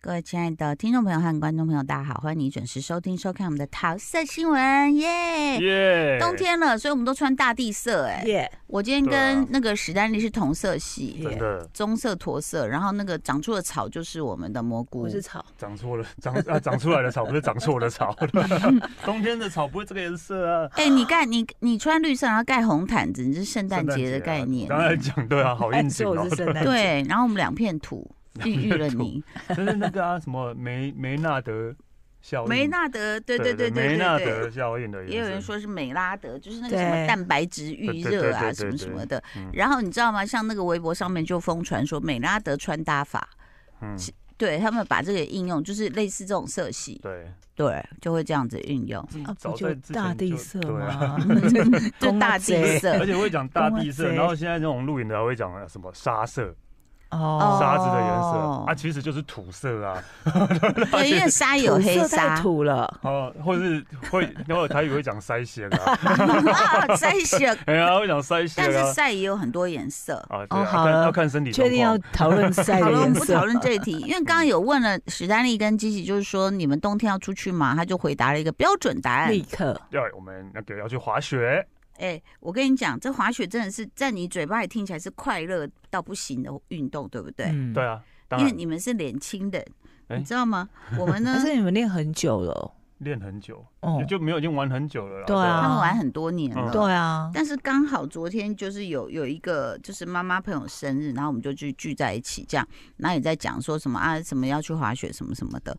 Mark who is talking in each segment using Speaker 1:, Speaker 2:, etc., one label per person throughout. Speaker 1: 各位亲爱的听众朋友和观众朋友，大家好，欢迎你准时收听收看我们的桃色新闻，耶、
Speaker 2: 耶
Speaker 1: 冬天了，所以我们都穿大地色、哎、
Speaker 3: 耶
Speaker 1: 我今天
Speaker 2: 对啊
Speaker 1: 跟那个史丹利是同色系，
Speaker 2: 真的
Speaker 1: 棕色、驼色，然后那个长出的草就是我们的蘑菇
Speaker 3: 不。是草，
Speaker 2: 长错了， 长啊长出来的草不是长错的草，冬天的草不会这个颜色啊。
Speaker 1: 哎、你盖你你穿绿色，然后盖红毯子，你是 圣诞节的概念。
Speaker 2: 刚才讲对 啊，好
Speaker 3: 哎
Speaker 2: 应景
Speaker 3: 所以我
Speaker 2: 哦
Speaker 3: 是。圣诞节，
Speaker 1: 对，然后我们两片土，地狱了你。
Speaker 2: 就是那个啊，什么梅梅纳德效应，
Speaker 1: 梅纳德， 对对对
Speaker 2: 梅
Speaker 1: 对
Speaker 2: 纳
Speaker 1: 对对
Speaker 2: 德。效应的，
Speaker 1: 也有人，说是美拉德，就是那个什么
Speaker 3: 对
Speaker 1: 蛋白质预热啊，
Speaker 2: 对对对对对
Speaker 1: 什么什么的
Speaker 2: 嗯。
Speaker 1: 然后你知道吗？像那个微博上面就疯传说美拉德穿搭法，
Speaker 2: 嗯，
Speaker 1: 对他们把这个应用就是类似这种色系，
Speaker 2: 对，
Speaker 1: 对，就会这样子运用，
Speaker 3: 啊，
Speaker 2: 早
Speaker 3: 不
Speaker 2: 在
Speaker 3: 就
Speaker 2: 之前
Speaker 3: 大地
Speaker 2: 就
Speaker 3: 色
Speaker 2: 对啊
Speaker 3: 吗？
Speaker 1: 就大地
Speaker 2: 而
Speaker 1: 色。
Speaker 2: 且会讲大地色，
Speaker 3: 公仔
Speaker 2: 然后现在这种露营的还会讲什么沙色、
Speaker 3: 哦，
Speaker 2: 沙子的颜色
Speaker 1: 哦
Speaker 2: 啊，其实就是土色啊，
Speaker 1: 对，因为沙有
Speaker 3: 土
Speaker 1: 黑
Speaker 3: 色太
Speaker 1: 沙，
Speaker 3: 土了，
Speaker 2: 哦，或者是会， 然后台语会讲腮血啊，
Speaker 1: 啊，晒 血，
Speaker 2: 哎呀，会讲腮血
Speaker 1: 但是
Speaker 2: 啊，
Speaker 1: 晒也有很多颜色。
Speaker 2: 啊，对
Speaker 3: 哦
Speaker 2: 啊，
Speaker 3: 好
Speaker 2: 但
Speaker 3: 了
Speaker 2: 要看身体
Speaker 3: 确定要
Speaker 2: 状
Speaker 3: 讨论晒
Speaker 1: 好
Speaker 3: 的
Speaker 1: 了，我
Speaker 3: 颜
Speaker 1: 们不
Speaker 3: 色
Speaker 1: 讨论这一题，因为刚刚有问了史丹利跟基奇，就是说你们冬天要出去吗？他就回答了一个标准答案。
Speaker 3: 立刻
Speaker 2: 况要我们那个要去滑雪，
Speaker 1: 哎、我跟你讲，这滑雪真的是在你嘴巴里听起来是快乐到不行的运动，对不对？
Speaker 3: 嗯
Speaker 2: 对。啊，当
Speaker 1: 因为
Speaker 2: 然
Speaker 1: 你们是年轻人，
Speaker 2: 哎
Speaker 1: 你知道吗？我们
Speaker 3: 可
Speaker 1: 呢，
Speaker 3: 是你们练很久了哦，
Speaker 2: 练很久，
Speaker 3: 哦
Speaker 2: 也，就没有已经玩很久了啦，
Speaker 3: 对啊
Speaker 1: 他们玩很多年了。
Speaker 2: 嗯
Speaker 3: 对啊，
Speaker 1: 但是刚好昨天就是有有一个就是妈妈朋友生日，然后我们就聚聚在一起这样，然后也在讲说什么啊什么要去滑雪什么什么的，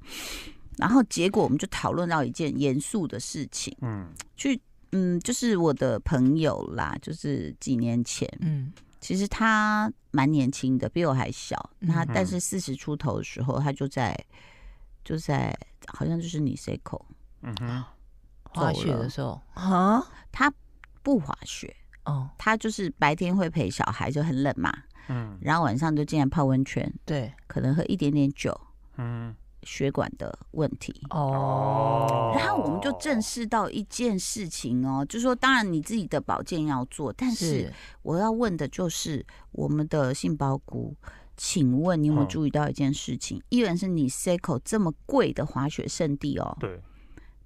Speaker 1: 然后结果我们就讨论到一件严肃的事情，
Speaker 2: 嗯，
Speaker 1: 去嗯就是我的朋友啦，就是几年前，
Speaker 3: 嗯，
Speaker 1: 其实他蛮年轻的，比我还小。
Speaker 3: 嗯
Speaker 1: 那
Speaker 3: 嗯
Speaker 1: 但是四十出头的时候，他就在就在好像就是你 C 口，
Speaker 2: 嗯哼，
Speaker 3: 滑
Speaker 1: 走
Speaker 3: 雪
Speaker 1: 了
Speaker 3: 的时候啊，
Speaker 1: 他不滑雪，
Speaker 3: 哦，
Speaker 1: 他就是白天会陪小孩，就很冷嘛，
Speaker 2: 嗯
Speaker 1: 然后晚上就进来泡温泉，
Speaker 3: 对，
Speaker 1: 可能喝一点点酒，
Speaker 2: 嗯，
Speaker 1: 血管的问题。
Speaker 3: 哦，
Speaker 1: 然后我们就正视到一件事情哦，就说当然你自己的保健要做，但是
Speaker 3: 是
Speaker 1: 我要问的就是我们的杏鲍菇，请问你有没有
Speaker 2: 嗯
Speaker 1: 注意到一件事情？依然是你 Seiko 这么贵的滑雪圣地哦，
Speaker 2: 对，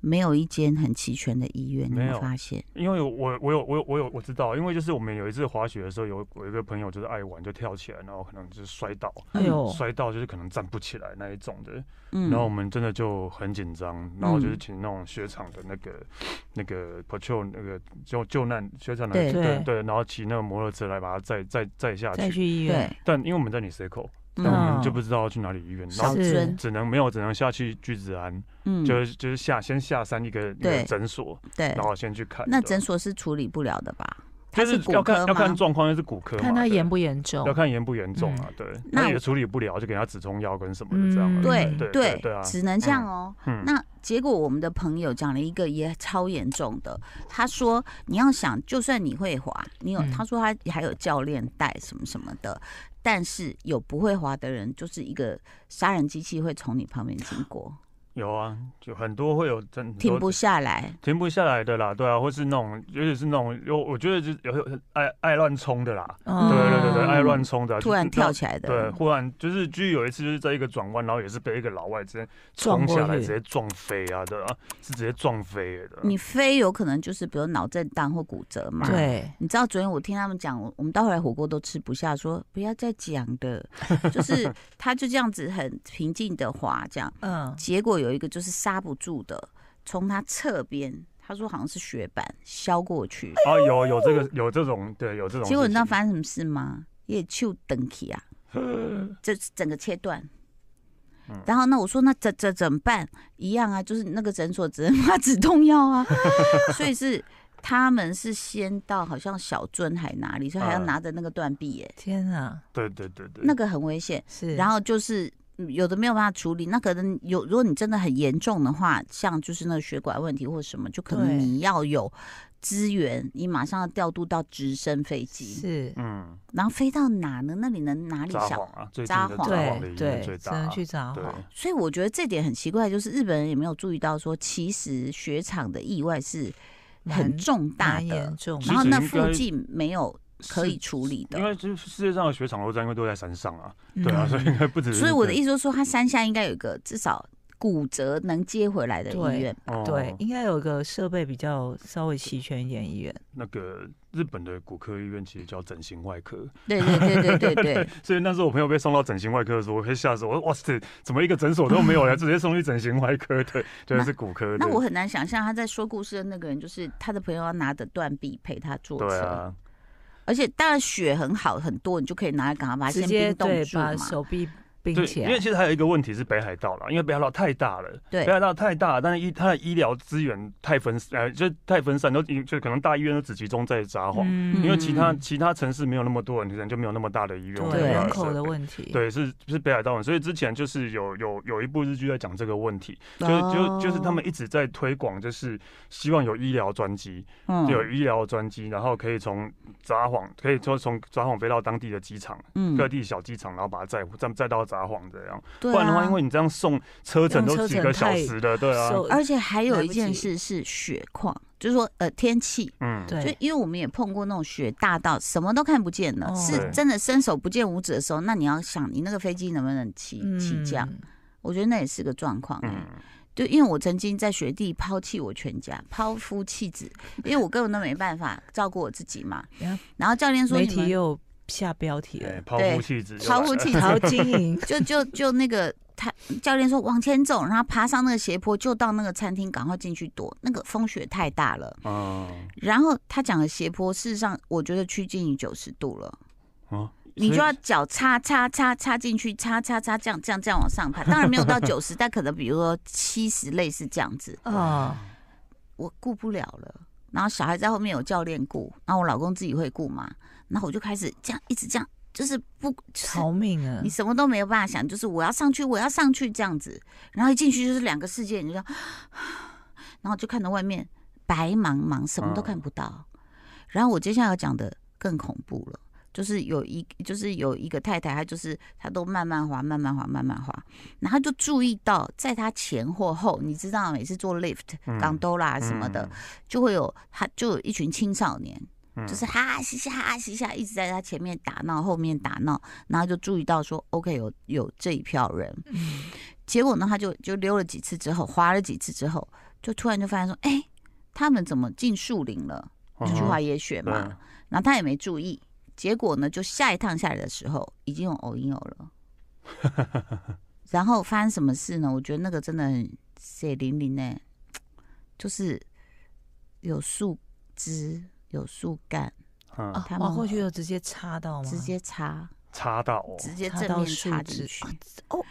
Speaker 1: 没有一间很齐全的医院，你有没
Speaker 2: 没
Speaker 1: 有
Speaker 2: 有
Speaker 1: 发现？
Speaker 2: 因为我我有我有我有我知道，因为就是我们有一次滑雪的时候，有有一个朋友就是爱玩，就跳起来，然后可能就是摔倒，
Speaker 3: 哎呦，
Speaker 2: 摔到就是可能站不起来那一种的，
Speaker 1: 嗯
Speaker 2: 然后我们真的就很紧张，然后就是请那种雪场的那个、那个 patrol 那个救救难雪场的
Speaker 1: 对
Speaker 2: 对
Speaker 3: 对
Speaker 2: 对，然后骑那个摩托车来把它载载载下
Speaker 3: 再
Speaker 2: 去。
Speaker 3: 去医院，
Speaker 1: 对，
Speaker 2: 但因为我们在你 C 口，但
Speaker 3: 嗯
Speaker 2: 我们就不知道要去哪里医院，然
Speaker 1: 少
Speaker 2: 后
Speaker 3: 是
Speaker 1: 尊，
Speaker 2: 只能没有只能下去巨子庵，
Speaker 1: 嗯，
Speaker 2: 就是就是下先下山一个一
Speaker 1: 对
Speaker 2: 个诊所，
Speaker 1: 对
Speaker 2: 然，后先去看。
Speaker 1: 那
Speaker 2: 对
Speaker 1: 诊所是处理不了的吧？它
Speaker 2: 就是是
Speaker 1: 骨
Speaker 2: 要
Speaker 1: 科
Speaker 2: 看要看
Speaker 1: 吗？嗯
Speaker 2: 状况，就是骨科嘛，
Speaker 3: 看他
Speaker 2: 对
Speaker 3: 严不严重
Speaker 2: 要，看严不严重啊，对，
Speaker 1: 那
Speaker 2: 那
Speaker 1: 我
Speaker 2: 也处理不了，就给他止痛药跟什么的这样而已。
Speaker 3: 嗯
Speaker 1: 对
Speaker 2: 对
Speaker 1: 对
Speaker 2: 对啊，
Speaker 1: 只能这样哦。
Speaker 2: 嗯
Speaker 1: 那结果我们的朋友讲了一个也超严重的，他说你要想，就算你会滑，你有、
Speaker 3: 嗯
Speaker 1: 他说他还有教练带什么什么的，但是有不会滑的人，就是一个杀人机器会从你旁边经过，
Speaker 2: 有啊，就很多会有真
Speaker 1: 停不下来。
Speaker 2: 停不下来的啦，对啊，或是那种，尤其是那种有，我觉得就是有有爱爱乱冲的啦，
Speaker 3: 嗯
Speaker 2: 对对对对，
Speaker 1: 嗯
Speaker 2: 爱乱冲的啊、
Speaker 1: 突然
Speaker 2: 就是
Speaker 1: 跳起来的
Speaker 2: 对，
Speaker 1: 人，
Speaker 2: 忽然就是居有一次就是在一个转弯，然后也是被一个老外直接
Speaker 3: 撞
Speaker 2: 冲
Speaker 3: 过
Speaker 2: 下来，
Speaker 3: 去
Speaker 2: 直接撞飞啊，对啊，是直接撞飞的。
Speaker 1: 你飞有可能就是比如脑震荡或骨折嘛。
Speaker 3: 对，
Speaker 1: 你知道昨天我听他们讲，我我们到后来火锅都吃不下，说不要再讲的，就是他就这样子很平静的滑这样，
Speaker 3: 嗯，
Speaker 1: 结果有一个就是刹不住的，从他侧边，他说好像是雪板削过去，
Speaker 2: 啊，有有这个有这种，对，有这种事情。
Speaker 1: 结果你知道发生什么事吗？也就等起 啊，就是整个切断
Speaker 2: 嗯。
Speaker 1: 然后那我说那怎怎怎么办？一样啊，就是那个诊所只能 发止痛药啊， 所以是他们是先到好像小樽还哪里，所以还要
Speaker 2: 嗯
Speaker 1: 拿着那个断臂耶、
Speaker 3: 天啊，
Speaker 2: 对对对对，
Speaker 1: 那个很危险。
Speaker 3: 是，
Speaker 1: 然后就是嗯有的没有办法处理，那可能有，如果你真的很严重的话，像就是那个血管问题或什么，就可能
Speaker 3: 对
Speaker 1: 你要有资源，你马上要调度到直升飞机，
Speaker 3: 是，
Speaker 2: 嗯，
Speaker 1: 然后飞到哪呢？那里能哪里
Speaker 2: 撒
Speaker 1: 想
Speaker 2: 谎？啊，最近
Speaker 1: 撒
Speaker 2: 的撒
Speaker 1: 谎
Speaker 2: 谎的一
Speaker 3: 对
Speaker 2: 个
Speaker 3: 对
Speaker 2: 最，
Speaker 3: 只
Speaker 2: 大啊
Speaker 3: 能，去找
Speaker 2: 对，
Speaker 3: 好，
Speaker 1: 所以我觉得这点很奇怪，就是日本人也没有注意到说，其实雪场的意外是很
Speaker 3: 蛮
Speaker 1: 重大
Speaker 3: 蛮
Speaker 1: 的
Speaker 3: 严，重
Speaker 2: 其
Speaker 1: 然
Speaker 3: 的，
Speaker 1: 后那
Speaker 2: 实应
Speaker 1: 附
Speaker 2: 该
Speaker 1: 近没有可以处理
Speaker 2: 因
Speaker 1: 的。
Speaker 2: 为就是世界上的雪场都在，因为都在山上啊，
Speaker 3: 嗯
Speaker 2: 对啊，所以应该不只是。
Speaker 1: 所以我的意思是说，他山下应该有一个至少骨折能接回来的医
Speaker 3: 对
Speaker 1: 院。
Speaker 2: 哦
Speaker 3: 对，应该有个设备比较稍微齐全一点的医院。
Speaker 2: 那个日本的骨科医院其实叫整形外科，
Speaker 1: 对对对 对对对，
Speaker 2: 所以那时候我朋友被送到整形外科的时候，我会吓死我，说哇塞，怎么一个诊所都没 有了，直接送去整形外科的，对，是骨科的。
Speaker 1: 那我很难想象他在说故事的那个人，就是他的朋友要拿着断臂陪他坐
Speaker 2: 对
Speaker 1: 车，
Speaker 2: 啊，
Speaker 1: 而且当然血很好很多，你就可以拿来赶快把它
Speaker 3: 直
Speaker 1: 先
Speaker 3: 接
Speaker 1: 冰冻
Speaker 3: 对
Speaker 1: 住
Speaker 3: 把
Speaker 1: 嘛。
Speaker 3: 手臂冰
Speaker 2: 对，
Speaker 3: 啊起
Speaker 2: 因
Speaker 3: 来
Speaker 2: 为。其实还有一个问题是北海道啦，因为北海道太大了，
Speaker 1: 对
Speaker 2: 北海道太大了，但是医它的医疗资源太分呃，就太分散，都就可能大医院都只集中在札幌，
Speaker 3: 嗯
Speaker 2: 因为其他其他城市没有那么多人，可能就没有那么大的医院，或者
Speaker 3: 对
Speaker 2: 没有
Speaker 3: 人
Speaker 2: 设
Speaker 3: 口的
Speaker 2: 备
Speaker 3: 问题，
Speaker 2: 对，是是北海道人，所以之前就是有有有一部日剧在讲这个问题，就是
Speaker 1: 哦
Speaker 2: 就就是他们一直在推广，就是希望有医疗专机，
Speaker 1: 嗯
Speaker 2: 有医疗专机，然后可以从札幌，可以说从札幌飞到当地的机场，
Speaker 1: 嗯
Speaker 2: 各地小机场，然后把它载再再到札幌这样。
Speaker 1: 对
Speaker 2: 不
Speaker 1: 啊
Speaker 2: 然的话，因为你这样送车程都几个小时的，对啊，
Speaker 3: 受，
Speaker 1: 而且还有
Speaker 3: 来
Speaker 1: 一
Speaker 3: 不
Speaker 1: 件
Speaker 3: 及
Speaker 1: 事是血况，就是说呃天气，
Speaker 2: 嗯，
Speaker 1: 就
Speaker 3: 对，
Speaker 1: 因为我们也碰过那种雪大到什么都看不见了，
Speaker 3: 哦
Speaker 1: 是
Speaker 2: 对
Speaker 1: 真的伸手不见五指的时候，那你要想你那个飞机能不能起起降？
Speaker 3: 嗯
Speaker 1: 我觉得那也是个状况、欸。
Speaker 2: 嗯，
Speaker 1: 就因为我曾经在雪地抛弃我全家，抛夫弃子，因为我根本都没办法照顾我自己 嘛
Speaker 3: 等下。
Speaker 1: 然后教练说
Speaker 3: 媒
Speaker 1: 你
Speaker 3: 体
Speaker 1: 们
Speaker 3: 又下标题
Speaker 2: 哎
Speaker 3: 了，
Speaker 2: 抛
Speaker 1: 对
Speaker 2: 夫弃子，
Speaker 1: 抛夫 弃子，
Speaker 3: 陶晶 莹
Speaker 1: 就就就那个他教练说往前走，然后爬上那个斜坡，就到那个餐厅，赶快进去躲。那个风雪太大了。
Speaker 2: 嗯，
Speaker 1: 然后他讲的斜坡，事实上我觉得趋近于九十度了。
Speaker 2: 哦
Speaker 1: 你就要脚插插插插进去，插插插这样这样这样往上爬。当然没有到九十，但可能比如说七十类似这样子，
Speaker 3: 啊，
Speaker 1: 我顾不了了。然后小孩在后面有教练顾，然后我老公自己会顾嘛。然后我就开始这样一直这样，就是不就是
Speaker 3: 逃命啊
Speaker 1: 你！什么都没有办法想，就是我要上去，我要上去这样子。然后一进去就是两个世界，你就这样， 然后就看到外面白茫茫，什么都看不到。然后我接下来要讲的更恐怖了，就是有一就是有一个太太，她就是她都慢慢滑，慢慢滑，慢慢滑，然后她就注意到在她前或后，你知道每次坐 lift、
Speaker 2: 嗯
Speaker 1: 港兜啦什么的，，就会有她就有一群青少年。
Speaker 2: 嗯
Speaker 1: 就是哈哈嘻嘻哈哈嘻嘻，一直在他前面打闹，后面打闹，然后就注意到说，OK，有有这一票人。
Speaker 2: 嗯
Speaker 1: 结果呢，他就就溜了几次之后，滑了几次之后，就突然就发现说，哎、他们怎么进树林了？就去滑野雪
Speaker 2: 哦嗯对
Speaker 1: 嘛。然后他也没注意，结果呢，就下一趟下来的时候，已经有偶因偶 了。然后发生什么事呢？我觉得那个真的很血淋淋呢、就是有树枝，有树干。
Speaker 2: 嗯，
Speaker 3: 啊
Speaker 1: 他，们
Speaker 3: 滑过去就直接插到吗？
Speaker 1: 直接插，
Speaker 2: 插到哦，
Speaker 1: 直接
Speaker 3: 插
Speaker 1: 正
Speaker 3: 到
Speaker 1: 面
Speaker 3: 树
Speaker 1: 插进
Speaker 3: 枝
Speaker 1: 去
Speaker 3: 啊。
Speaker 1: 哦，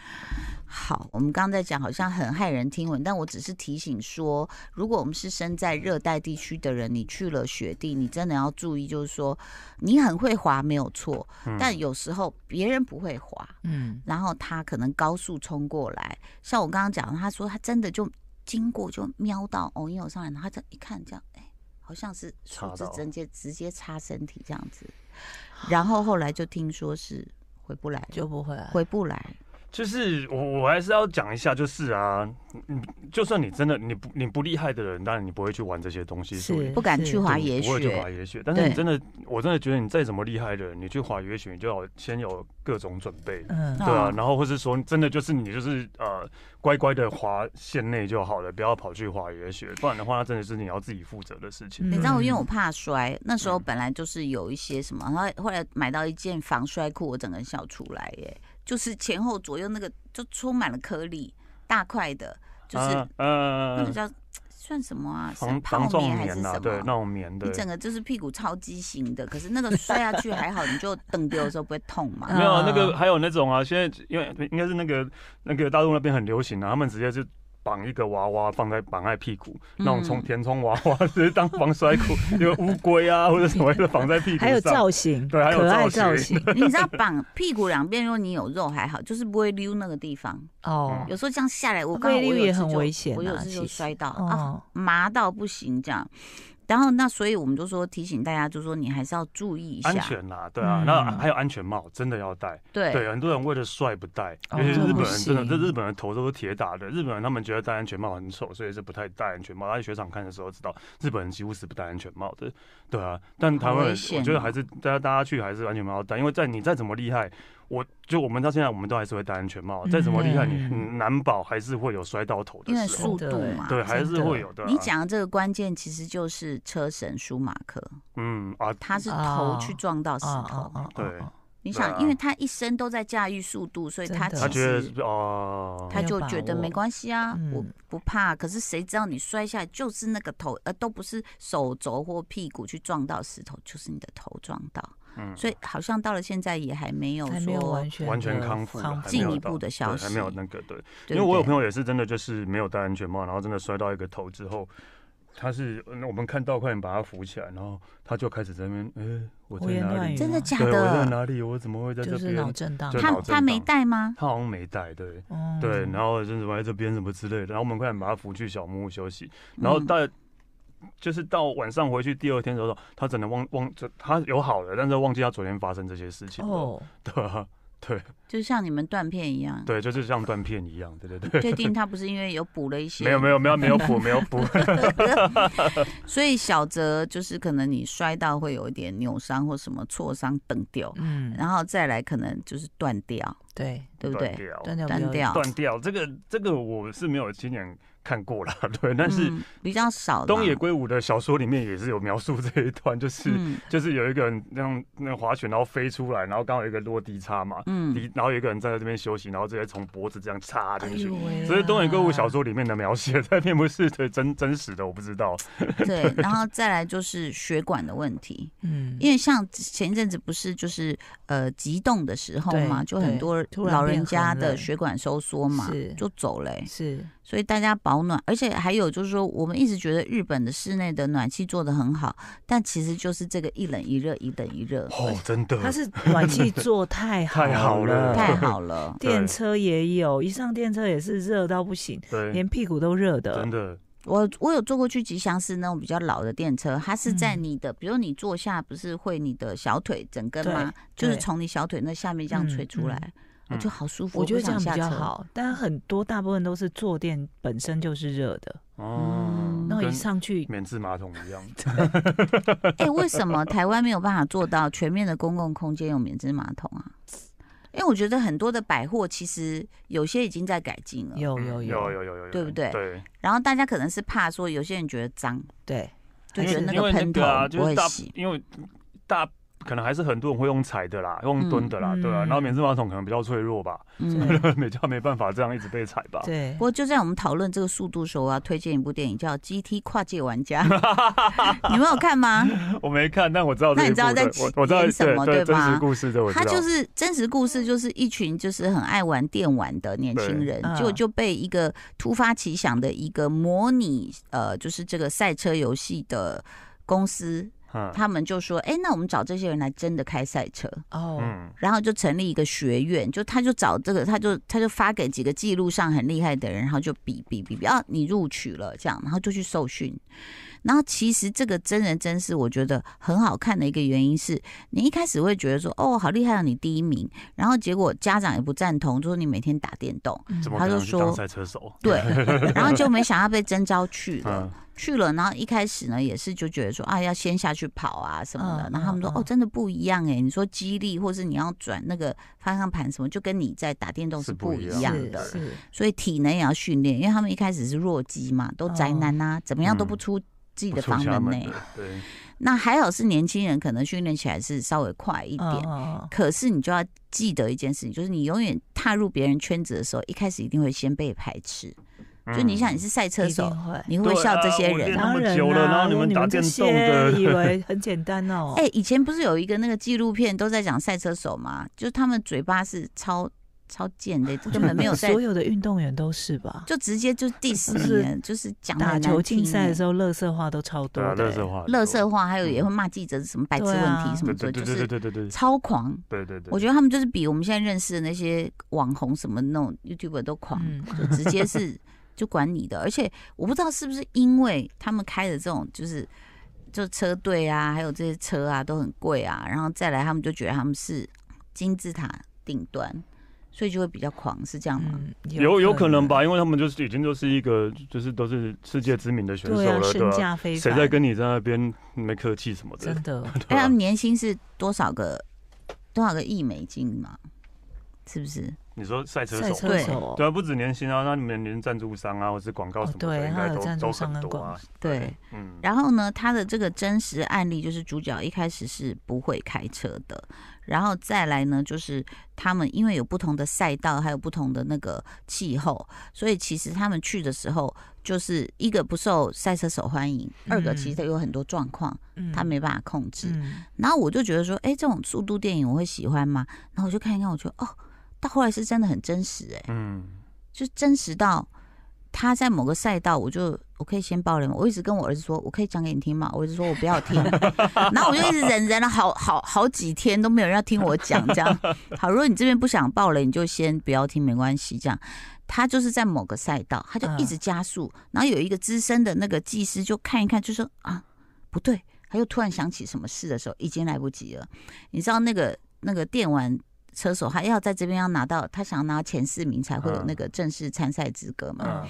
Speaker 1: 好，我们刚刚在讲好像很骇人听闻，但我只是提醒说，如果我们是身在热带地区的人，你去了雪地，你真的要注意，就是说你很会滑没有错，
Speaker 2: 嗯
Speaker 1: 但有时候别人不会滑，
Speaker 3: 嗯，
Speaker 1: 然后他可能高速冲过来，像我刚刚讲的，他说他真的就经过就瞄到哦，因为我上来，然后他这一看这样，哎，好像是树
Speaker 2: 插
Speaker 1: 枝
Speaker 2: 到
Speaker 1: 直接直接插身体这样子，然后后来就听说是回不来了，
Speaker 3: 就不会啊。
Speaker 1: 回不来，
Speaker 2: 就是我我还是要讲一下，就是啊，嗯，就算你真的你不你不厉害的人，当然你不会去玩这些东西，所以
Speaker 3: 是
Speaker 1: 不敢去滑
Speaker 2: 对
Speaker 1: 野
Speaker 2: 不会去滑
Speaker 1: 雪，
Speaker 2: 野雪。但是
Speaker 1: 对
Speaker 2: 你真的，我真的觉得你再怎么厉害的人，你去滑野雪，你就要先有各种准备。
Speaker 3: 嗯
Speaker 1: 那
Speaker 2: 对啊
Speaker 1: 哦，
Speaker 2: 然后或是说，真的就是你就是呃，乖乖的滑线内就好了，不要跑去滑野雪，不然的话，那真的是你要自己负责的事情。
Speaker 3: 嗯
Speaker 1: 你
Speaker 2: 对
Speaker 1: 知道我因为我
Speaker 3: 嗯
Speaker 1: 怕摔，那时候
Speaker 2: 嗯
Speaker 1: 本来就是有一些什么，然后后来买到一件防摔裤，我整个人笑出来耶，就是前后左右那个就充满了颗粒，大块的，就是
Speaker 2: 啊呃
Speaker 3: 嗯
Speaker 1: 那个叫算什么啊？是
Speaker 2: 防
Speaker 1: 泡
Speaker 2: 防撞
Speaker 1: 棉还是
Speaker 2: 棉
Speaker 1: 什
Speaker 3: 啊
Speaker 2: 呐，
Speaker 1: 么？
Speaker 2: 对，那种棉的
Speaker 1: 你。整个就是屁股超畸形的，可是那个摔下去还好，你就蹬丢的时候不会痛嘛。
Speaker 3: 嗯
Speaker 2: 没有
Speaker 3: 啊
Speaker 2: 那个，还有那种啊，现在因为应该是那个那个大陆那边很流行啊，他们直接就绑一个娃娃放在绑在屁股，那种充
Speaker 1: 嗯
Speaker 2: 填充娃 娃直接当防摔裤，有乌龟啊或者什么的绑在屁股上。
Speaker 3: 还有造型，
Speaker 2: 对还有
Speaker 3: 可爱
Speaker 2: 造
Speaker 3: 造
Speaker 2: 型
Speaker 3: 型
Speaker 1: 你知道绑屁股两边，如果你有肉还好，就是不会溜那个地方。
Speaker 3: 哦
Speaker 1: 有时候这样下来，我
Speaker 3: 会
Speaker 1: 刚好我
Speaker 3: 溜
Speaker 1: 有一
Speaker 3: 也
Speaker 1: 次
Speaker 3: 很
Speaker 1: 就
Speaker 3: 危险
Speaker 1: 我有
Speaker 3: 啊
Speaker 1: 次就
Speaker 3: 其实
Speaker 1: 嗯摔到啊，
Speaker 3: 哦，
Speaker 1: 麻到不行这样。然后那所以我们就说提醒大家，就说你还是要注意一下
Speaker 2: 安，全啦，对啊，
Speaker 3: 嗯
Speaker 2: 那还有安全帽，真的要戴。
Speaker 3: 啊
Speaker 2: 对，很多人为了帅不戴，
Speaker 3: 哦
Speaker 2: 尤其是日
Speaker 3: 这不
Speaker 2: 本人，真的，
Speaker 3: 行
Speaker 2: 这日本人头都是铁打的。日本人他们觉得戴安全帽很丑，所以是不太戴安全帽。在雪场看的时候知道，日本人几乎是不戴安全帽的，对啊。但台
Speaker 1: 好
Speaker 2: 湾
Speaker 1: 危
Speaker 2: 人，
Speaker 1: 险
Speaker 2: 我觉得
Speaker 1: 哦
Speaker 2: 还是大家大家去还是安全帽要戴，因为在你再怎么厉害。我就我们到现在，我们都还是会戴安全帽，再怎么厉害，你
Speaker 3: 嗯
Speaker 2: 嗯难保还是会有摔到头
Speaker 1: 因为
Speaker 2: 的时候
Speaker 1: 速，度
Speaker 3: 对
Speaker 1: 嘛。
Speaker 2: 对，还
Speaker 3: 真
Speaker 2: 是
Speaker 3: 的
Speaker 2: 会有的啊。
Speaker 1: 你讲的这个关键其实就是车神舒马克，
Speaker 2: 嗯啊，
Speaker 1: 他是头
Speaker 3: 哦
Speaker 1: 去撞到石
Speaker 3: 啊
Speaker 1: 头。欸
Speaker 3: 啊
Speaker 2: 对
Speaker 3: 啊
Speaker 1: 你
Speaker 2: 对啊
Speaker 1: 想，因为他一生都在驾驭速度，所以
Speaker 3: 真
Speaker 1: 他
Speaker 3: 的
Speaker 1: 其
Speaker 2: 他觉得
Speaker 1: 实
Speaker 2: 是哦，
Speaker 1: 他
Speaker 3: 没有
Speaker 1: 就
Speaker 3: 把
Speaker 1: 觉得
Speaker 3: 握
Speaker 1: 没关系啊，我
Speaker 3: 嗯
Speaker 1: 不怕。可是谁知道你摔下来就是那个头，呃，都不是手肘或屁股去撞到石头，就是你的头撞到。
Speaker 2: 嗯
Speaker 1: 所以好像到了现在也还没有
Speaker 3: 还没有
Speaker 1: 说
Speaker 3: 完，全
Speaker 2: 完全
Speaker 3: 的
Speaker 2: 康复了，还没
Speaker 1: 进
Speaker 2: 有
Speaker 1: 一步
Speaker 2: 到
Speaker 1: 的
Speaker 2: 对
Speaker 1: 消
Speaker 2: 还没有
Speaker 1: 息
Speaker 2: 那个对。
Speaker 1: 对
Speaker 2: 因为
Speaker 1: 不
Speaker 2: 我有
Speaker 1: 对
Speaker 2: 朋友也是真的就是没有戴安全帽，然后真的摔到一个头之后，他是那我们看到快点把他扶起来，然后他就开始在那边，哎、我在
Speaker 3: 胡言
Speaker 2: 哪
Speaker 3: 乱
Speaker 2: 里？
Speaker 3: 语
Speaker 1: 真的
Speaker 3: 嘛
Speaker 1: 假
Speaker 2: 对，我在
Speaker 1: 的？
Speaker 2: 哪里？我怎么会在这
Speaker 3: 就是脑
Speaker 2: 边？
Speaker 3: 震荡
Speaker 2: 就，
Speaker 1: 他
Speaker 2: 脑震
Speaker 1: 他没
Speaker 2: 荡
Speaker 1: 带吗？
Speaker 2: 他好像没带，对
Speaker 3: 哦
Speaker 2: 对，然后就是我在这边什么之类的，然后我们快点把他扶去小木屋休息，然后
Speaker 1: 嗯
Speaker 2: 到、就是到晚上回去第二天的时候，他只能忘忘，就他有好了，但是忘记他昨天发生这些事情了，
Speaker 3: 哦，
Speaker 2: 对啊，对
Speaker 1: 就像你们断片一样，
Speaker 2: 对，啊就是像断片一样，对对对。
Speaker 1: 确定他不是因为有补了一些？
Speaker 2: 没有没有没有没有补没有 补，
Speaker 1: 所以小泽就是可能你摔到会有一点扭伤或什么挫伤等掉，
Speaker 3: 嗯，
Speaker 1: 然后再来可能就是断掉，
Speaker 3: 对，
Speaker 1: 对不
Speaker 2: 断
Speaker 1: 对？
Speaker 2: 掉
Speaker 3: 断掉
Speaker 1: 断
Speaker 3: 比较
Speaker 1: 掉，
Speaker 2: 断掉，这个这个我是没有亲眼看过啦， 对，但是
Speaker 1: 嗯比较少啦。
Speaker 2: 东野圭吾的小说里面也是有描述这一段，就是、
Speaker 1: 嗯
Speaker 2: 就是有一个人那样那样滑雪，然后飞出来，然后刚好有一个落地叉嘛，
Speaker 1: 嗯，
Speaker 2: 离然后有一个人站在这边休息，然后直接从脖子这样插进
Speaker 1: 哎
Speaker 2: 去。
Speaker 3: 哎喂
Speaker 2: 所以东野圭吾
Speaker 3: 啊
Speaker 2: 小说里面的描写，但并不是对真真实的，我不知道。
Speaker 1: 对，然后再来就是血管的问题，
Speaker 3: 嗯，
Speaker 1: 因为像前一阵子不是就是呃急冻的时候嘛，
Speaker 3: 对
Speaker 1: 就很多
Speaker 3: 突然
Speaker 1: 老人
Speaker 3: 变
Speaker 1: 家
Speaker 3: 很
Speaker 1: 的
Speaker 3: 冷
Speaker 1: 血管收缩嘛
Speaker 3: 是，
Speaker 1: 就走了欸、
Speaker 3: 是
Speaker 1: 所以大家保暖，而且还有就是说，我们一直觉得日本的室内的暖气做得很好，但其实就是这个一冷一热，一冷一热，
Speaker 2: 哦，真的，
Speaker 3: 它是 暖气做太好
Speaker 2: 太好了
Speaker 1: 太 好了。
Speaker 3: 电车也有，一上电车也是热到不行，
Speaker 2: 对，
Speaker 3: 连屁股都热的
Speaker 2: 真。的，
Speaker 1: 我我有坐过去吉祥寺那种比较老的电车，它是在你的，比如你坐下不是会你的小腿整根吗？
Speaker 3: 对
Speaker 1: 就是
Speaker 3: 对
Speaker 1: 从你小腿那下面这样吹出来，
Speaker 2: 嗯
Speaker 1: 我就好舒服。
Speaker 3: 我觉得
Speaker 1: 不
Speaker 3: 这
Speaker 1: 想
Speaker 3: 样比较
Speaker 1: 下车。
Speaker 3: 好，但很多大部分都是坐垫本身就是热的，
Speaker 2: 哦
Speaker 1: 嗯，
Speaker 3: 然后
Speaker 2: 跟
Speaker 3: 一上去，
Speaker 2: 免治马桶一样。
Speaker 1: 哎、为什么台湾没有办法做到全面的公共空间有免治马桶啊？因为我觉得很多的百货其实有些已经在改进了，
Speaker 3: 有
Speaker 2: 嗯
Speaker 3: 有
Speaker 2: 有，有有有，
Speaker 1: 对不对
Speaker 2: 对，
Speaker 1: 然后大家可能是怕说有些人觉得脏，
Speaker 3: 对，
Speaker 1: 就
Speaker 2: 因
Speaker 1: 觉
Speaker 2: 为
Speaker 1: 得那
Speaker 2: 因
Speaker 1: 个
Speaker 2: 为
Speaker 1: 喷头
Speaker 2: 啊，
Speaker 1: 不
Speaker 2: 就是
Speaker 1: 会
Speaker 2: 大
Speaker 1: 洗，，
Speaker 2: 因为大可能还是很多人会用踩的啦，用蹲的啦，
Speaker 3: 嗯
Speaker 2: 对啊，
Speaker 3: 嗯
Speaker 2: 然后免治马桶可能比较脆弱吧，
Speaker 1: 嗯。
Speaker 2: 美较没办法这样一直被踩吧。
Speaker 3: 对
Speaker 1: 不，过就在我们讨论这个速度的时候，我要推荐一部电影叫《GT 跨界玩家》， 你们有看吗？
Speaker 2: 我没看，但我知道这
Speaker 1: 那你
Speaker 2: 一部
Speaker 1: 知道在
Speaker 2: 的，我我知道
Speaker 1: 演什么
Speaker 2: 对
Speaker 1: 对吧
Speaker 2: 真实故事这我知
Speaker 1: 他
Speaker 2: 道，嗯
Speaker 1: 就是真实故事，就是一群就是很爱玩电玩的年轻人
Speaker 3: 对，嗯
Speaker 1: 结果就被一个突发奇想的一个模拟呃，就是这个赛车游戏的公司，
Speaker 2: 嗯
Speaker 1: 他们就说，哎、那我们找这些人来真的开赛车。
Speaker 3: 哦，
Speaker 2: 嗯
Speaker 1: 然后就成立一个学院，就他就找这个，他就他就发给几个记录上很厉害的人，然后就比比比比，啊，你录取了这样，然后就去受训。然后其实这个真人真事，我觉得很好看的一个原因是，你一开始会觉得说，哦，好厉害啊，你第一名，然后结果家长也不赞同，就说你每天打电动，
Speaker 2: 嗯怎么
Speaker 1: 他
Speaker 2: 可能
Speaker 1: 就
Speaker 2: 去
Speaker 1: 说
Speaker 2: 当赛车手？
Speaker 1: 对，然后就没想到被征召去了。
Speaker 2: 嗯，
Speaker 1: 去了，然后一开始呢也是就觉得说啊要先下去跑啊什么的，
Speaker 3: 嗯
Speaker 1: 然后他们说
Speaker 3: 嗯
Speaker 1: 哦
Speaker 3: 嗯
Speaker 1: 真的不一样哎、你说激励或是你要转那个方向盘什么，就跟你在打电动
Speaker 2: 是
Speaker 1: 是
Speaker 2: 不
Speaker 1: 不
Speaker 2: 一
Speaker 1: 一
Speaker 2: 样
Speaker 1: 样
Speaker 3: 嗯是
Speaker 1: 的，
Speaker 3: 是，
Speaker 1: 所以体能也要训练，因为他们一开始是弱鸡嘛，
Speaker 3: 嗯
Speaker 1: 都宅男啊，怎么样都不出自己
Speaker 2: 嗯不
Speaker 1: 的
Speaker 2: 出
Speaker 1: 房
Speaker 2: 家
Speaker 1: 门
Speaker 2: 门
Speaker 1: 内、
Speaker 2: 的，对，
Speaker 1: 那还好是年轻人，可能训练起来是稍微快一
Speaker 3: 一
Speaker 1: 点。
Speaker 3: 嗯
Speaker 1: 可是你就要记得一件事情，就是你永远踏入别人圈子的时候，一开始一定会先被排斥。就你想你
Speaker 2: 嗯
Speaker 1: 是赛车
Speaker 3: 一
Speaker 1: 手
Speaker 3: 定，会。
Speaker 1: 你会笑这些
Speaker 2: 对
Speaker 1: 人
Speaker 2: 啊我练，那
Speaker 3: 当
Speaker 2: 么
Speaker 3: 然
Speaker 2: 久了
Speaker 3: 啦
Speaker 2: 然后你
Speaker 3: 说
Speaker 2: 们
Speaker 3: 你
Speaker 2: 打
Speaker 3: 这
Speaker 2: 电
Speaker 3: 些
Speaker 2: 动的
Speaker 3: 以为很简单哦。
Speaker 1: 哎、以前不是有一个那个纪录片都在讲赛车手吗？就是他们嘴巴是超超贱的，根本没 有在
Speaker 3: 所，有的运动员都是吧？
Speaker 1: 就直接就 diss
Speaker 3: 就
Speaker 1: 你
Speaker 3: 是
Speaker 1: 了，就是讲得
Speaker 3: 打
Speaker 1: 很
Speaker 3: 球
Speaker 1: 难
Speaker 3: 竞
Speaker 1: 听
Speaker 3: 赛的时
Speaker 1: 欸。
Speaker 3: 候，乐色话都超多
Speaker 2: 对啊，
Speaker 3: 的
Speaker 2: 乐
Speaker 3: 欸。
Speaker 2: 色化，
Speaker 1: 乐色话，还有也会
Speaker 2: 嗯
Speaker 1: 骂记者是什么白痴
Speaker 3: 对
Speaker 1: 问
Speaker 3: 啊
Speaker 1: 题什么的，
Speaker 2: 对，对对
Speaker 1: 就是
Speaker 2: 对对对对对
Speaker 1: 超狂。
Speaker 2: 对对对，
Speaker 1: 我觉得他们就是比我们现在认识的那些网红什么那种 YouTuber 都狂，
Speaker 3: 嗯，
Speaker 1: 就直接 是就管你的。而且我不知道是不是因为他们开的这种就是就车队啊，还有这些车啊都很贵啊，然后再来他们就觉得他们是金字塔顶端，所以就会比较狂，是这样吗？
Speaker 3: 嗯，
Speaker 2: 有有可能吧，因为他们就是已经就是一个就是都是世界知名的选手
Speaker 3: 对啊，
Speaker 2: 了，
Speaker 3: 身
Speaker 2: 对吧？
Speaker 3: 价非
Speaker 2: 谁
Speaker 3: 凡，
Speaker 2: 在跟你在那边没客气什么的？
Speaker 3: 真的
Speaker 2: 对啊
Speaker 1: 哎、
Speaker 2: 吧
Speaker 1: 他们年薪是多少个多少个亿美金嘛？是不是？
Speaker 2: 你说赛车
Speaker 3: 赛
Speaker 2: 手
Speaker 3: 车
Speaker 1: 对
Speaker 3: 手
Speaker 2: 对啊，不止年薪啊，那你们连赞助商啊，或是广告什么的，
Speaker 3: 哦对
Speaker 2: 应
Speaker 3: 他
Speaker 2: 该
Speaker 3: 有
Speaker 2: 都
Speaker 3: 赞助
Speaker 2: 都
Speaker 3: 商
Speaker 2: 很
Speaker 3: 跟
Speaker 2: 多
Speaker 3: 广
Speaker 2: 啊
Speaker 3: 告。
Speaker 1: 对。
Speaker 2: 嗯，
Speaker 1: 然后呢，他的这个真实案例就是主角一开始是不会开车的，然后再来呢，就是他们因为有不同的赛道，还有不同的那个气候，所以其实他们去的时候，就是一个不受赛车手欢迎，
Speaker 3: 嗯
Speaker 1: 二个其实有很多状况
Speaker 2: 啊
Speaker 3: 嗯
Speaker 1: 他没办法控制。
Speaker 3: 嗯
Speaker 1: 然后我就觉得说，哎，这种速度电影我会喜欢吗？然后我就看一看，我觉得哦，到后来是真的很真实、哎，
Speaker 2: 嗯，
Speaker 1: 就真实到他在某个赛道，我就我可以先爆雷吗？我一直跟我儿子说，我可以讲给你听吗？我儿子说我不要听，然后我就一直忍忍了好好好几天都没有人要听我讲，这样好，如果你这边不想爆雷，你就先不要听，没关系，这样。他就是在某个赛道，他就一直加速，然后有一个资深的那个技师就看一看，就说啊，不对，他又突然想起什么事的时候，已经来不及了。你知道那个那个电玩车手，他要在这边要拿到，他想要拿到前四名才会有
Speaker 2: 嗯
Speaker 1: 那个正式参赛资格嘛。
Speaker 3: 哦
Speaker 2: 嗯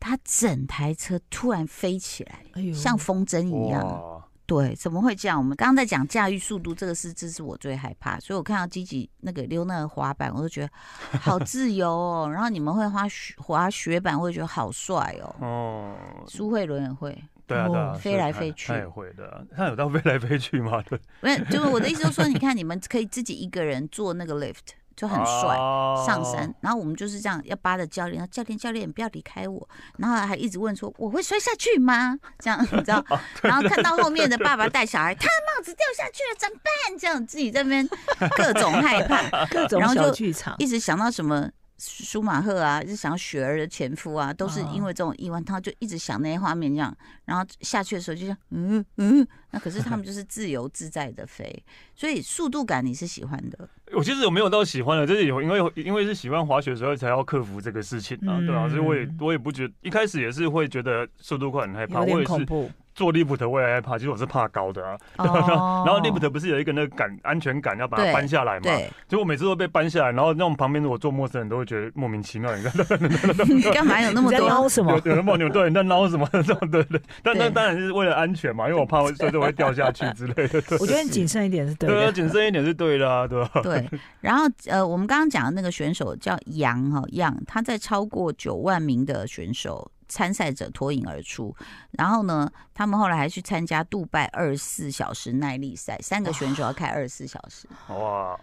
Speaker 1: 他整台车突然飞起来，
Speaker 3: 哎呦
Speaker 1: 像风筝一样。
Speaker 2: 哇，
Speaker 1: 对，怎么会这样？我们刚刚在讲驾驭速度，这个是这是我最害怕。所以我看到积极那个溜那个滑板，我就觉得好自由哦。然后你们会滑雪滑雪板，我也觉得好帅哦。
Speaker 2: 哦，
Speaker 1: 苏慧伦也会，
Speaker 2: 对啊，对
Speaker 3: 哦
Speaker 2: 啊，
Speaker 1: 飞
Speaker 2: 所以
Speaker 1: 来
Speaker 2: 他
Speaker 1: 飞去
Speaker 2: 他也会的啊，他有到飞来飞去吗？对，
Speaker 1: 没有，就是我的意思，就是说，你看你们可以自己一个人坐那个 lift，就很帅。
Speaker 2: 哦
Speaker 1: 上山，，然后我们就是这样要扒着教练，然后教练教练你不要离开我，然后还一直问说我会摔下去吗？这样 你知道，
Speaker 2: 哦
Speaker 1: 然后看到后面的爸爸带小孩，他的帽子掉下去了怎么办？这样自己在那 边各种害怕，
Speaker 3: 各种
Speaker 1: 然后就
Speaker 3: 小剧场，
Speaker 1: 一直想到什么。舒马赫啊，一直想到雪儿的前夫啊，都是
Speaker 3: 嗯
Speaker 2: 哦
Speaker 1: 因为这种意外，他就一直想那些画面这样，然后下去的时候就像嗯嗯，那可是他们就是自由自在的飞，所以速度感你是喜欢的，
Speaker 2: 我其实我没有到喜欢的，就是有因为因为是喜欢滑雪，所以才要克服这个事情啊，对啊，
Speaker 3: 嗯
Speaker 2: 所以我也我也不觉一开始也是会觉得速度快很害怕，
Speaker 3: 有
Speaker 2: 我
Speaker 3: 点
Speaker 2: 也
Speaker 3: 恐
Speaker 2: 是
Speaker 3: 怖，
Speaker 2: 做 lift 我也害怕，其实我是怕高的啊，
Speaker 1: 然
Speaker 2: 然后 lift 不是有一个那个感安全感要把它
Speaker 1: 对
Speaker 2: 搬下来嘛，
Speaker 1: 哦对，
Speaker 2: 结果每次都被搬下来，然后那种旁边如果坐陌生人都会觉得莫名其妙，你看
Speaker 1: 你干嘛有那么
Speaker 3: 你在
Speaker 1: 多？
Speaker 3: 捞什么
Speaker 2: 有？有人冒牛对，你在捞什么这种对对，但
Speaker 1: 对
Speaker 2: 但当然是为了安全嘛，因为我怕会所以就会掉下去之类的。
Speaker 3: 我觉得你谨慎一点是对
Speaker 2: 对啊，
Speaker 3: 的，
Speaker 2: 谨慎一点是对的啊，对吧？
Speaker 1: 对，然后呃，我们刚刚讲的那个选手叫杨哈杨，他在超过九万名的选手参赛者脱颖而出。然后呢，他们后来还去参加杜拜二十四小时耐力赛，三个选手要开二十四小时，
Speaker 2: 哇，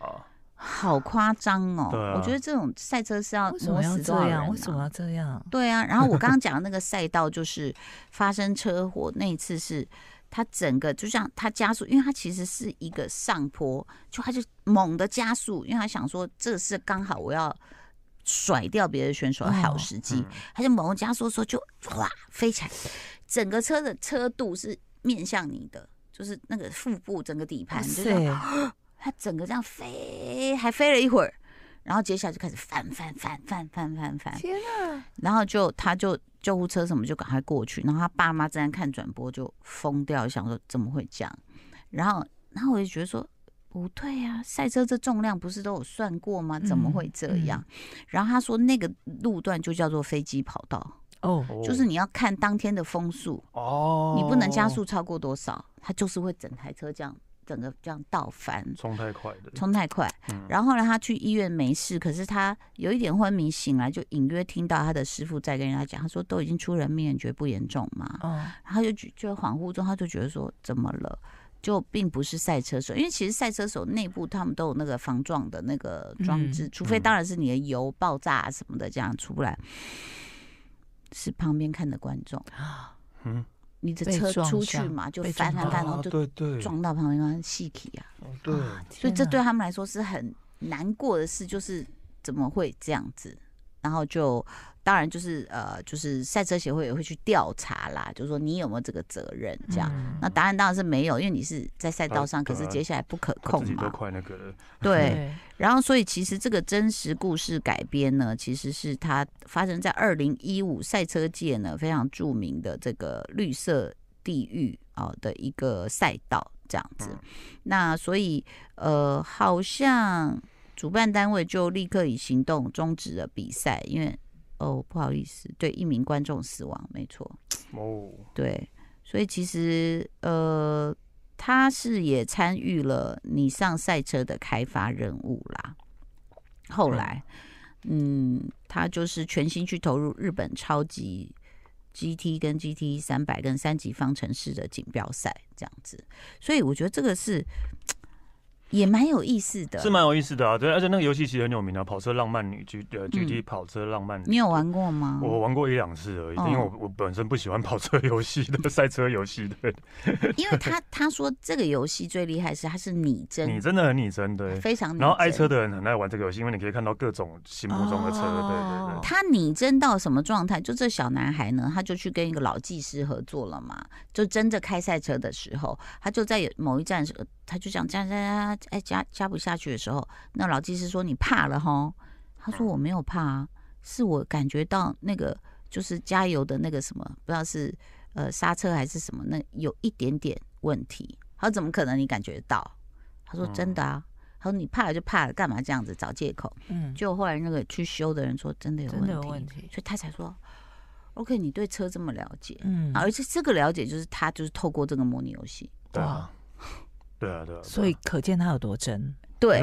Speaker 1: 好夸张哦！
Speaker 2: 对啊
Speaker 1: 我觉得这种赛车是要
Speaker 3: 为什么
Speaker 1: 磨
Speaker 3: 要
Speaker 1: 死
Speaker 3: 这
Speaker 1: 多少人、啊
Speaker 3: 样？为什么？要这样？
Speaker 1: 对啊，然后我刚刚讲的那个赛道就是发生车祸那一次是。他整个就像他加速，因为他其实是一个上坡，就他就猛的加速，因为他想说这是刚好我要甩掉别的选手的
Speaker 3: 哦
Speaker 1: 好时机，
Speaker 2: 嗯
Speaker 1: 他就猛地加速的时候就哗飞起来，整个车的车肚是面向你的，就是那个腹部整个底盘，
Speaker 3: 哇
Speaker 1: 就
Speaker 3: 塞
Speaker 1: 是，他整个这样飞，还飞了一会儿，然后接下来就开始翻翻翻翻翻翻翻，
Speaker 3: 天啊！
Speaker 1: 然后就他就救护车什么就赶快过去，然后他爸妈正在看转播就疯掉，想说怎么会这样？然后然后我就觉得说不对呀、赛车这重量不是都有算过吗？怎么会这样？然后他说那个路段就叫做飞机跑道，
Speaker 3: 哦，
Speaker 2: 哦
Speaker 1: 就是你要看当天的风速，
Speaker 2: 哦
Speaker 1: 你不能加，速超过多少，它就是会整台车这样整个这样倒翻。
Speaker 2: 冲太快的，
Speaker 1: 冲太快，
Speaker 2: 嗯
Speaker 1: 然后后来他去医院没事，可是他有一点昏迷，醒来就隐约听到他的师傅在跟人家讲，他说都已经出人命了，你觉得不严重吗？
Speaker 3: 哦，
Speaker 1: 然后就觉就恍惚中，他就觉得说怎么了？就并不是赛车手，因为其实赛车手内部他们都有那个防撞的那个装置，除非
Speaker 2: 嗯
Speaker 1: 当然是你的油爆炸啊什么的这样出不来，是旁边看的观众，
Speaker 3: 啊
Speaker 2: 嗯，
Speaker 1: 你的
Speaker 3: 被
Speaker 1: 车
Speaker 3: 撞
Speaker 1: 出去
Speaker 3: 上
Speaker 1: 嘛，就
Speaker 3: 被
Speaker 1: 翻
Speaker 3: 撞
Speaker 1: 翻翻，
Speaker 3: 到
Speaker 1: 然后
Speaker 2: 哦
Speaker 1: 就
Speaker 2: 对对
Speaker 1: 撞到旁边观众细体啊。
Speaker 2: 哦对，
Speaker 1: 所以这对
Speaker 3: 天哪
Speaker 1: 他们来说是很难过的事，就是怎么会这样子？然后就当然就是呃，就是赛车协会也会去调查啦，就是说你有没有这个责任这样。
Speaker 3: 嗯
Speaker 1: 那答案当然是没有，因为你是在赛道上，
Speaker 2: 呃
Speaker 1: 可
Speaker 2: 对啊
Speaker 1: 是接下来不可
Speaker 2: 他
Speaker 1: 控
Speaker 2: 自己都
Speaker 1: 嘛。
Speaker 2: 快那个了，
Speaker 1: 对，，然后所以其实这个真实故事改编呢，其实是它发生在二零一五赛车界呢非常著名的这个绿色地狱哦的一个赛道这样子
Speaker 2: 嗯。
Speaker 1: 那所以呃，好像主办单位就立刻以行动终止了比赛，因为哦不好意思，对一名观众死亡，没错。
Speaker 2: 哦，
Speaker 1: 对，所以其实呃，他是也参与了你上赛车的开发任务啦。后
Speaker 2: 嗯
Speaker 1: 来，嗯，他就是全心去投入日本超级 GT 跟 GT 三百跟三级方程式的锦标赛这样子，所以我觉得这个是也蛮有意思的。
Speaker 2: 是？蛮有意思的啊。对，而且那个游戏其实很有名的、跑车浪漫女 G 呃 GT 跑车浪漫女，
Speaker 1: 你有玩过吗？
Speaker 2: 我玩过一两次而已，
Speaker 1: 哦
Speaker 2: 因为我我本身不喜欢 跑车游戏的赛车游戏，对，
Speaker 1: 因为他他说这个游戏最厉害是它是拟
Speaker 2: 你
Speaker 1: 真，
Speaker 2: 真的很拟真，对。
Speaker 1: 非常拟
Speaker 2: 然后爱
Speaker 1: 真
Speaker 2: 车的人很爱玩这个游戏，因为你可以看到各种心目中的车，
Speaker 3: 哦
Speaker 1: 他拟真到什么状态？就这小男孩呢，他就去跟一个老技师合作了嘛。就真的开赛车的时候，他就在有某一站，呃他就想加加加，哎加加不下去的时候，那老技师说你怕了哈？他说我没有怕、啊，是我感觉到那个就是加油的那个什么，不知道是呃刹车还是什么，那有一点点问题。他说怎么可能你感觉到？他说
Speaker 2: 嗯
Speaker 1: 真的啊。他说你怕了就怕了，干嘛这样子找借口？
Speaker 3: 嗯，
Speaker 1: 就后来那个去修的人说真的有问题，
Speaker 3: 真的有问题，
Speaker 1: 所以他才说，OK，你对车这么了解，
Speaker 3: 嗯
Speaker 1: 啊，而且这个了解就是他就是透过这个模拟游 戏，
Speaker 2: 对对对，对啊，对啊，对啊，对啊
Speaker 3: 所以可见它有多真。
Speaker 1: 对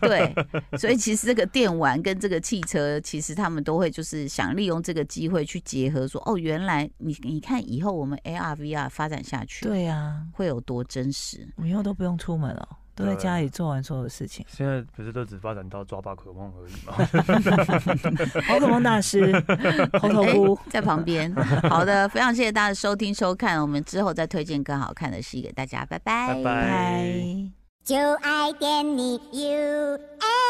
Speaker 1: 对，所以其实这个电玩跟这个汽车，其实他们都会就是想利用这个机会去结合说，哦，原来你你看以后我们 AR VR 发展下去，，
Speaker 3: 对啊，
Speaker 1: 会有多真实？
Speaker 3: 我以后都不用出门了，都在
Speaker 2: 对。
Speaker 3: 家里做完所有事情
Speaker 2: 现在不是都只发展到抓宝可梦而已吗？
Speaker 3: 宝可梦大师，猴头菇，
Speaker 1: 哎在旁 边。好的，非常谢谢大家的收听收看，我们之后再推荐更好看的戏给大家，拜拜，
Speaker 2: 拜拜
Speaker 3: 拜。
Speaker 4: 就爱点你 UFO。